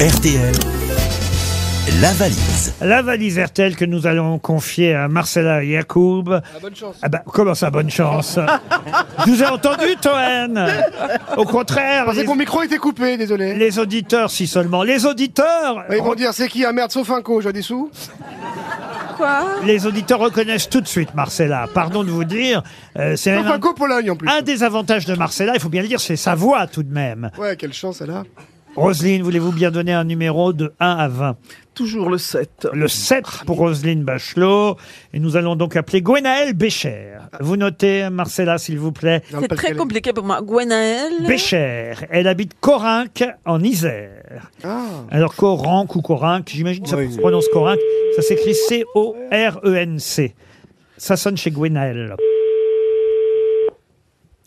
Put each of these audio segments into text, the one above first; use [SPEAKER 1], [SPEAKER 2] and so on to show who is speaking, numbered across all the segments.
[SPEAKER 1] RTL, la valise.
[SPEAKER 2] La valise RTL que nous allons confier à Marcella Yacoub. bonne chance. Ah bah, comment ça, bonne chance Je vous ai entendu, Toen Au contraire,
[SPEAKER 3] C'est
[SPEAKER 2] les,
[SPEAKER 3] que mon micro était coupé, désolé.
[SPEAKER 2] les auditeurs, si seulement. Les auditeurs
[SPEAKER 3] Ils vont dire c'est qui Ah merde, sauf un co, j'ai des sous.
[SPEAKER 2] Les auditeurs reconnaissent tout de suite Marcella. Pardon de vous dire, euh, c'est
[SPEAKER 3] Sauf
[SPEAKER 2] même
[SPEAKER 3] un
[SPEAKER 2] un,
[SPEAKER 3] co Pologne en plus.
[SPEAKER 2] un des avantages de Marcella, il faut bien le dire, c'est sa voix tout de même.
[SPEAKER 3] Ouais, quelle chance elle a.
[SPEAKER 2] Roselyne, voulez-vous bien donner un numéro de 1 à 20
[SPEAKER 4] Toujours le 7.
[SPEAKER 2] Le 7 pour Roselyne Bachelot. Et nous allons donc appeler Gwenaël Bécher. Vous notez, Marcella, s'il vous plaît.
[SPEAKER 3] Dans le
[SPEAKER 5] C'est très
[SPEAKER 3] Pas-de-Calais.
[SPEAKER 5] compliqué pour moi. Gwenaël.
[SPEAKER 2] Bécher. Elle habite Corinque, en Isère.
[SPEAKER 3] Ah.
[SPEAKER 2] Alors, Corinque ou Corinque, j'imagine que ça
[SPEAKER 3] Oui.
[SPEAKER 2] se prononce Corinque. Ça s'écrit C-O-R-E-N-C. E Ça sonne chez Gwenaël.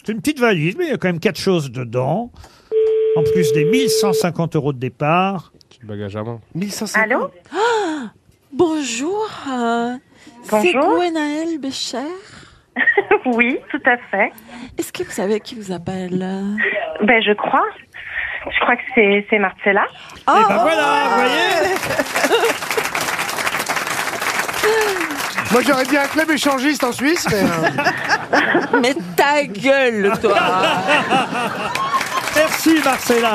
[SPEAKER 2] C'est une petite valise, mais il y a quand même quatre choses dedans. En plus des 1150 euros de départ.
[SPEAKER 6] Le bagage à main.
[SPEAKER 3] 1500.
[SPEAKER 7] Allô
[SPEAKER 5] Bonjour. euh, C'est
[SPEAKER 7] Bonjour.
[SPEAKER 5] Gwenaël Bécher.
[SPEAKER 7] Oui, tout à fait.
[SPEAKER 5] Est-ce que vous savez qui vous appelle euh
[SPEAKER 7] Ben, je crois. Je crois que c'est c'est Marcella.
[SPEAKER 2] Et ben voilà,
[SPEAKER 7] Oh.
[SPEAKER 2] vous voyez
[SPEAKER 3] Moi j'aurais dit un club échangiste en Suisse, mais. euh,
[SPEAKER 5] Mais ta gueule, toi
[SPEAKER 2] Merci Marcella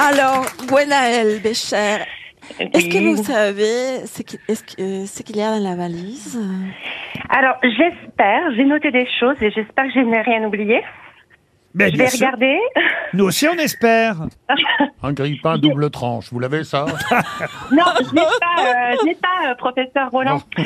[SPEAKER 5] Alors, Gwenaël Bécher, est-ce que
[SPEAKER 7] Oui.
[SPEAKER 5] vous savez ce qui- est-ce que- euh, ce qu'il y a dans la valise
[SPEAKER 7] Alors, j'espère, j'ai noté des choses et j'espère que je n'ai rien oublié.
[SPEAKER 2] Mais
[SPEAKER 7] je
[SPEAKER 2] Eh bien
[SPEAKER 7] vais
[SPEAKER 2] sûr,
[SPEAKER 7] regarder.
[SPEAKER 2] nous aussi on espère.
[SPEAKER 8] Un grille-pain double tranche, vous l'avez ça
[SPEAKER 7] Non, je n'ai pas, euh, je n'ai pas euh, professeur Roland. Ça, je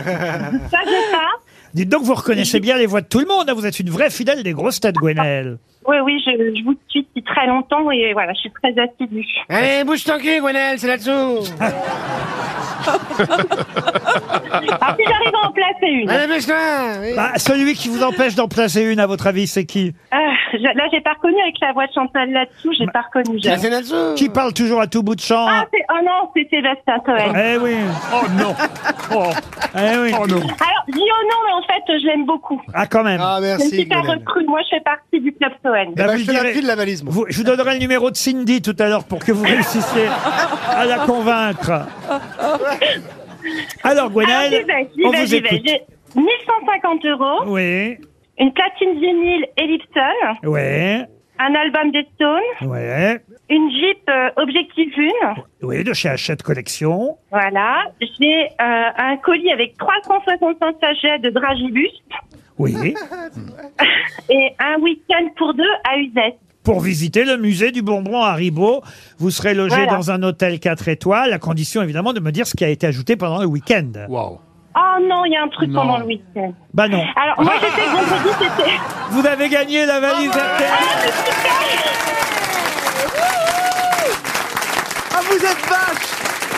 [SPEAKER 7] n'ai pas.
[SPEAKER 2] Dites donc, vous reconnaissez bien les voix de tout le monde. hein. Vous êtes une vraie fidèle des grosses têtes, Gwenaël.
[SPEAKER 7] Oui, oui, je, je vous suis depuis très longtemps et voilà, je suis très assidue.
[SPEAKER 3] Allez, bouge ton cul, Gwenel, c'est là-dessous.
[SPEAKER 7] Alors, si j'arrive à en placer une,
[SPEAKER 3] Allez, bouge-toi.
[SPEAKER 7] Ah.
[SPEAKER 3] oui.
[SPEAKER 2] Bah, celui qui vous empêche d'en placer une, à votre avis, c'est qui
[SPEAKER 7] Euh, je- là, j'ai pas reconnu avec la voix de Chantal là-dessous, j'ai pas reconnu. j'ai-
[SPEAKER 3] Là, C'est là-dessous.
[SPEAKER 2] Qui parle toujours à tout bout de champ
[SPEAKER 7] Ah,
[SPEAKER 2] hein
[SPEAKER 7] c'est, oh non, c'est Sébastien Cohen.
[SPEAKER 2] Eh oui,
[SPEAKER 8] Oh non Oh,
[SPEAKER 2] eh oui.
[SPEAKER 8] oh non
[SPEAKER 7] Alors, je dis oh non, mais en fait, je l'aime beaucoup.
[SPEAKER 2] Ah, quand même.
[SPEAKER 3] Ah
[SPEAKER 7] C'est une
[SPEAKER 3] merci.
[SPEAKER 7] super
[SPEAKER 3] Gwenel.
[SPEAKER 7] recrue. Moi, je fais partie du club Cohen.
[SPEAKER 3] Eh
[SPEAKER 2] Bah,
[SPEAKER 3] ben,
[SPEAKER 2] vous
[SPEAKER 3] je
[SPEAKER 2] le
[SPEAKER 3] te la
[SPEAKER 2] direz.
[SPEAKER 3] file la valise, moi.
[SPEAKER 2] Vous- je vous donnerai le numéro de Cindy tout à l'heure pour que vous réussissiez à la convaincre. Alors,
[SPEAKER 7] Alors, Ah, j'y
[SPEAKER 2] Gwenaël,
[SPEAKER 7] vais, j'y
[SPEAKER 2] on
[SPEAKER 7] vais,
[SPEAKER 2] vous
[SPEAKER 7] j'y vais.
[SPEAKER 2] écoute. Oh.
[SPEAKER 7] J'ai 1150 euros,
[SPEAKER 2] Oui,
[SPEAKER 7] une platine vinyle Ellipton,
[SPEAKER 2] oui,
[SPEAKER 7] un album des Stones,
[SPEAKER 2] oui,
[SPEAKER 7] une Jeep euh, Objectif 1.
[SPEAKER 2] oui, de chez Hachette Collection.
[SPEAKER 7] Voilà. J'ai euh, un colis avec 365 sachets de Dragibus
[SPEAKER 2] Oui,
[SPEAKER 7] et un week-end pour deux à Uzès.
[SPEAKER 2] pour visiter le musée du bonbon Haribo. Vous serez logé
[SPEAKER 7] Voilà.
[SPEAKER 2] dans un hôtel 4 étoiles, à condition évidemment de me dire ce qui a été ajouté pendant le week-end.
[SPEAKER 8] Waouh
[SPEAKER 7] Oh non, il y a un truc
[SPEAKER 8] Non.
[SPEAKER 7] pendant le week-end.
[SPEAKER 2] Bah non.
[SPEAKER 7] Alors, moi, j'étais vendredi, c'était...
[SPEAKER 2] Vous avez gagné la valise RTL.
[SPEAKER 4] Ah, vous êtes vache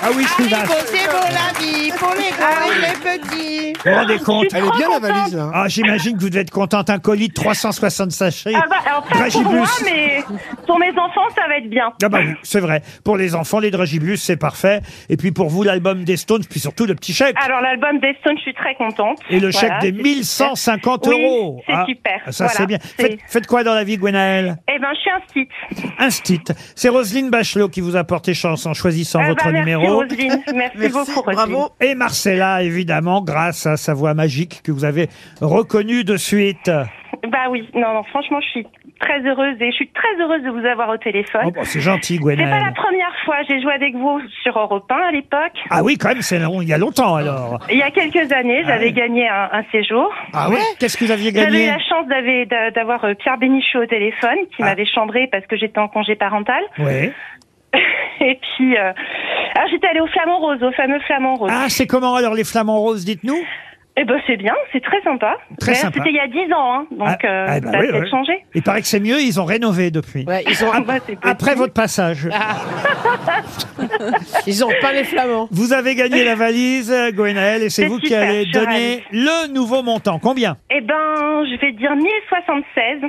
[SPEAKER 2] Ah oui, je suis vache.
[SPEAKER 9] C'est beau la vie pour les grands et les petits.
[SPEAKER 2] Vous vous rendez compte
[SPEAKER 3] Elle est bien la valise, hein. là.
[SPEAKER 2] Ah, j'imagine que vous devez être contente. Un colis de 360 sachets.
[SPEAKER 7] Ah bah, alors pas pour
[SPEAKER 2] Dragibus.
[SPEAKER 7] moi, mais pour mes enfants, ça va être bien.
[SPEAKER 2] Ah bah oui, c'est vrai. Pour les enfants, les dragibus, c'est parfait. Et puis pour vous, l'album des Stones, puis surtout le petit chèque.
[SPEAKER 7] Alors l'album des Stones, je suis très contente.
[SPEAKER 2] Et le
[SPEAKER 7] Ah, Voilà,
[SPEAKER 2] chèque des
[SPEAKER 7] c'est
[SPEAKER 2] 1150
[SPEAKER 7] super.
[SPEAKER 2] euros.
[SPEAKER 7] Oui, c'est
[SPEAKER 2] Ah,
[SPEAKER 7] super.
[SPEAKER 2] Ça,
[SPEAKER 7] Voilà,
[SPEAKER 2] c'est bien.
[SPEAKER 7] c'est-
[SPEAKER 2] Faites, faites quoi dans la vie, Gwenaël
[SPEAKER 7] Eh ben, je suis un site.
[SPEAKER 2] Instit. C'est Roselyne Bachelot qui vous a porté chance en choisissant votre
[SPEAKER 7] Eh Ah, ben, bah, merci
[SPEAKER 2] numéro.
[SPEAKER 7] Roselyne. Merci, beaucoup Roselyne.
[SPEAKER 4] bravo.
[SPEAKER 2] Et Marcella, évidemment, grâce à sa voix magique que vous avez reconnue de suite.
[SPEAKER 7] Bah oui, non, non, franchement, je suis très heureuse et je suis très heureuse de vous avoir au téléphone.
[SPEAKER 2] Oh, bon, c'est gentil,
[SPEAKER 7] c'est pas la
[SPEAKER 2] Gwenaëlle.
[SPEAKER 7] première fois, j'ai joué avec vous sur Europe 1 à l'époque.
[SPEAKER 2] Ah oui, quand même, c'est long, il y a longtemps alors.
[SPEAKER 7] Il y a quelques années, j'avais gagné un, un séjour.
[SPEAKER 2] Ah ouais Qu'est-ce que vous aviez
[SPEAKER 7] J'avais eu
[SPEAKER 2] Ah gagné
[SPEAKER 7] la chance d'avoir- d'a- d'avoir euh, Pierre Bénichot au téléphone, qui
[SPEAKER 2] Ah.
[SPEAKER 7] m'avait chambré parce que j'étais en congé parental.
[SPEAKER 2] Oui.
[SPEAKER 7] Et puis, euh, ah, j'étais allée au Flamand Rose, au fameux Flamand Rose.
[SPEAKER 2] Ah, c'est comment alors les flamants roses, dites-nous
[SPEAKER 7] Eh ben, c'est bien, c'est très sympa.
[SPEAKER 2] Très
[SPEAKER 7] Mais
[SPEAKER 2] sympa.
[SPEAKER 7] C'était il y a 10 ans, hein, donc
[SPEAKER 2] Ah,
[SPEAKER 7] euh,
[SPEAKER 2] ah, bah
[SPEAKER 7] ça a
[SPEAKER 2] oui,
[SPEAKER 7] peut-être
[SPEAKER 2] oui.
[SPEAKER 7] changé.
[SPEAKER 2] Il paraît que c'est mieux, ils ont rénové depuis.
[SPEAKER 9] Ouais, ils ont,
[SPEAKER 7] Ah, bah, c'est possible.
[SPEAKER 2] Après votre passage,
[SPEAKER 7] Ah.
[SPEAKER 9] ils ont pas les flamands.
[SPEAKER 2] vous avez gagné la valise, Gwenaël, et c'est
[SPEAKER 7] C'est
[SPEAKER 2] vous qui
[SPEAKER 7] super,
[SPEAKER 2] allez
[SPEAKER 7] je suis
[SPEAKER 2] donner le nouveau montant. Combien
[SPEAKER 7] Eh ben, je vais dire 1076.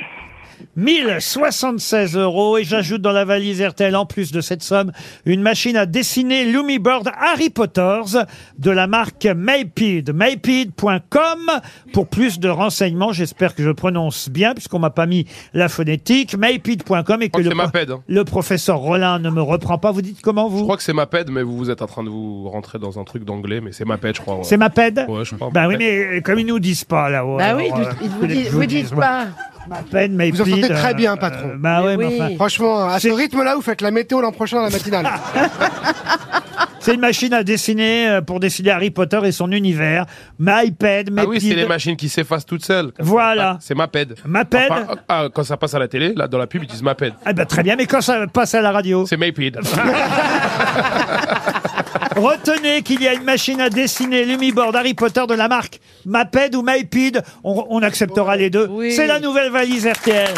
[SPEAKER 2] 1076 euros. Et j'ajoute dans la valise RTL, en plus de cette somme, une machine à dessiner Lumibird Harry Potters de la marque Maypid. Maypid.com pour plus de renseignements. J'espère que je prononce bien puisqu'on m'a pas mis la phonétique. Maypid.com et que le,
[SPEAKER 6] crois que c'est
[SPEAKER 2] pro-
[SPEAKER 6] Maped, hein.
[SPEAKER 2] le professeur Rollin ne me reprend pas. Vous dites comment
[SPEAKER 6] Je
[SPEAKER 2] vous
[SPEAKER 6] crois que c'est ma pède, mais vous, vous êtes en train de vous rentrer dans un truc d'anglais, mais c'est ma pède, je crois. ouais.
[SPEAKER 2] C'est Maped
[SPEAKER 6] Ouais, je crois.
[SPEAKER 2] Bah oui, mais comme ils nous disent pas là-haut.
[SPEAKER 9] Bah oui,
[SPEAKER 2] alors, euh,
[SPEAKER 9] ils vous
[SPEAKER 2] voulez que
[SPEAKER 9] disent,
[SPEAKER 2] je
[SPEAKER 9] vous
[SPEAKER 2] dise,
[SPEAKER 9] dites
[SPEAKER 2] moi
[SPEAKER 9] pas.
[SPEAKER 2] peine, mais
[SPEAKER 3] Vous en
[SPEAKER 2] puis,
[SPEAKER 3] sortez très
[SPEAKER 2] euh,
[SPEAKER 3] bien, patron.
[SPEAKER 2] euh, bah ouais, mais
[SPEAKER 9] oui.
[SPEAKER 2] enfin,
[SPEAKER 3] Franchement, à ce
[SPEAKER 2] C'est-
[SPEAKER 3] rythme-là, vous faites la météo l'an prochain à la matinale.
[SPEAKER 2] c'est une machine à dessiner euh, pour dessiner Harry Potter et son univers. My iPad,
[SPEAKER 6] Ah oui, c'est
[SPEAKER 2] Mapid.
[SPEAKER 6] les machines qui s'effacent toutes seules.
[SPEAKER 2] Voilà.
[SPEAKER 6] Ah, C'est ma pède.
[SPEAKER 2] Ma pède
[SPEAKER 6] Enfin, ah, ah, quand ça passe à la télé, là, dans la pub, ils disent ma pède.
[SPEAKER 2] Ah bah très bien, mais quand ça passe à la radio,
[SPEAKER 6] C'est Maypid.
[SPEAKER 2] retenez qu'il y a une machine à dessiner l'UmiBoard Harry Potter de la marque Maped ou Mypid. On, on acceptera les deux.
[SPEAKER 9] Oui.
[SPEAKER 2] C'est la nouvelle valise RTL.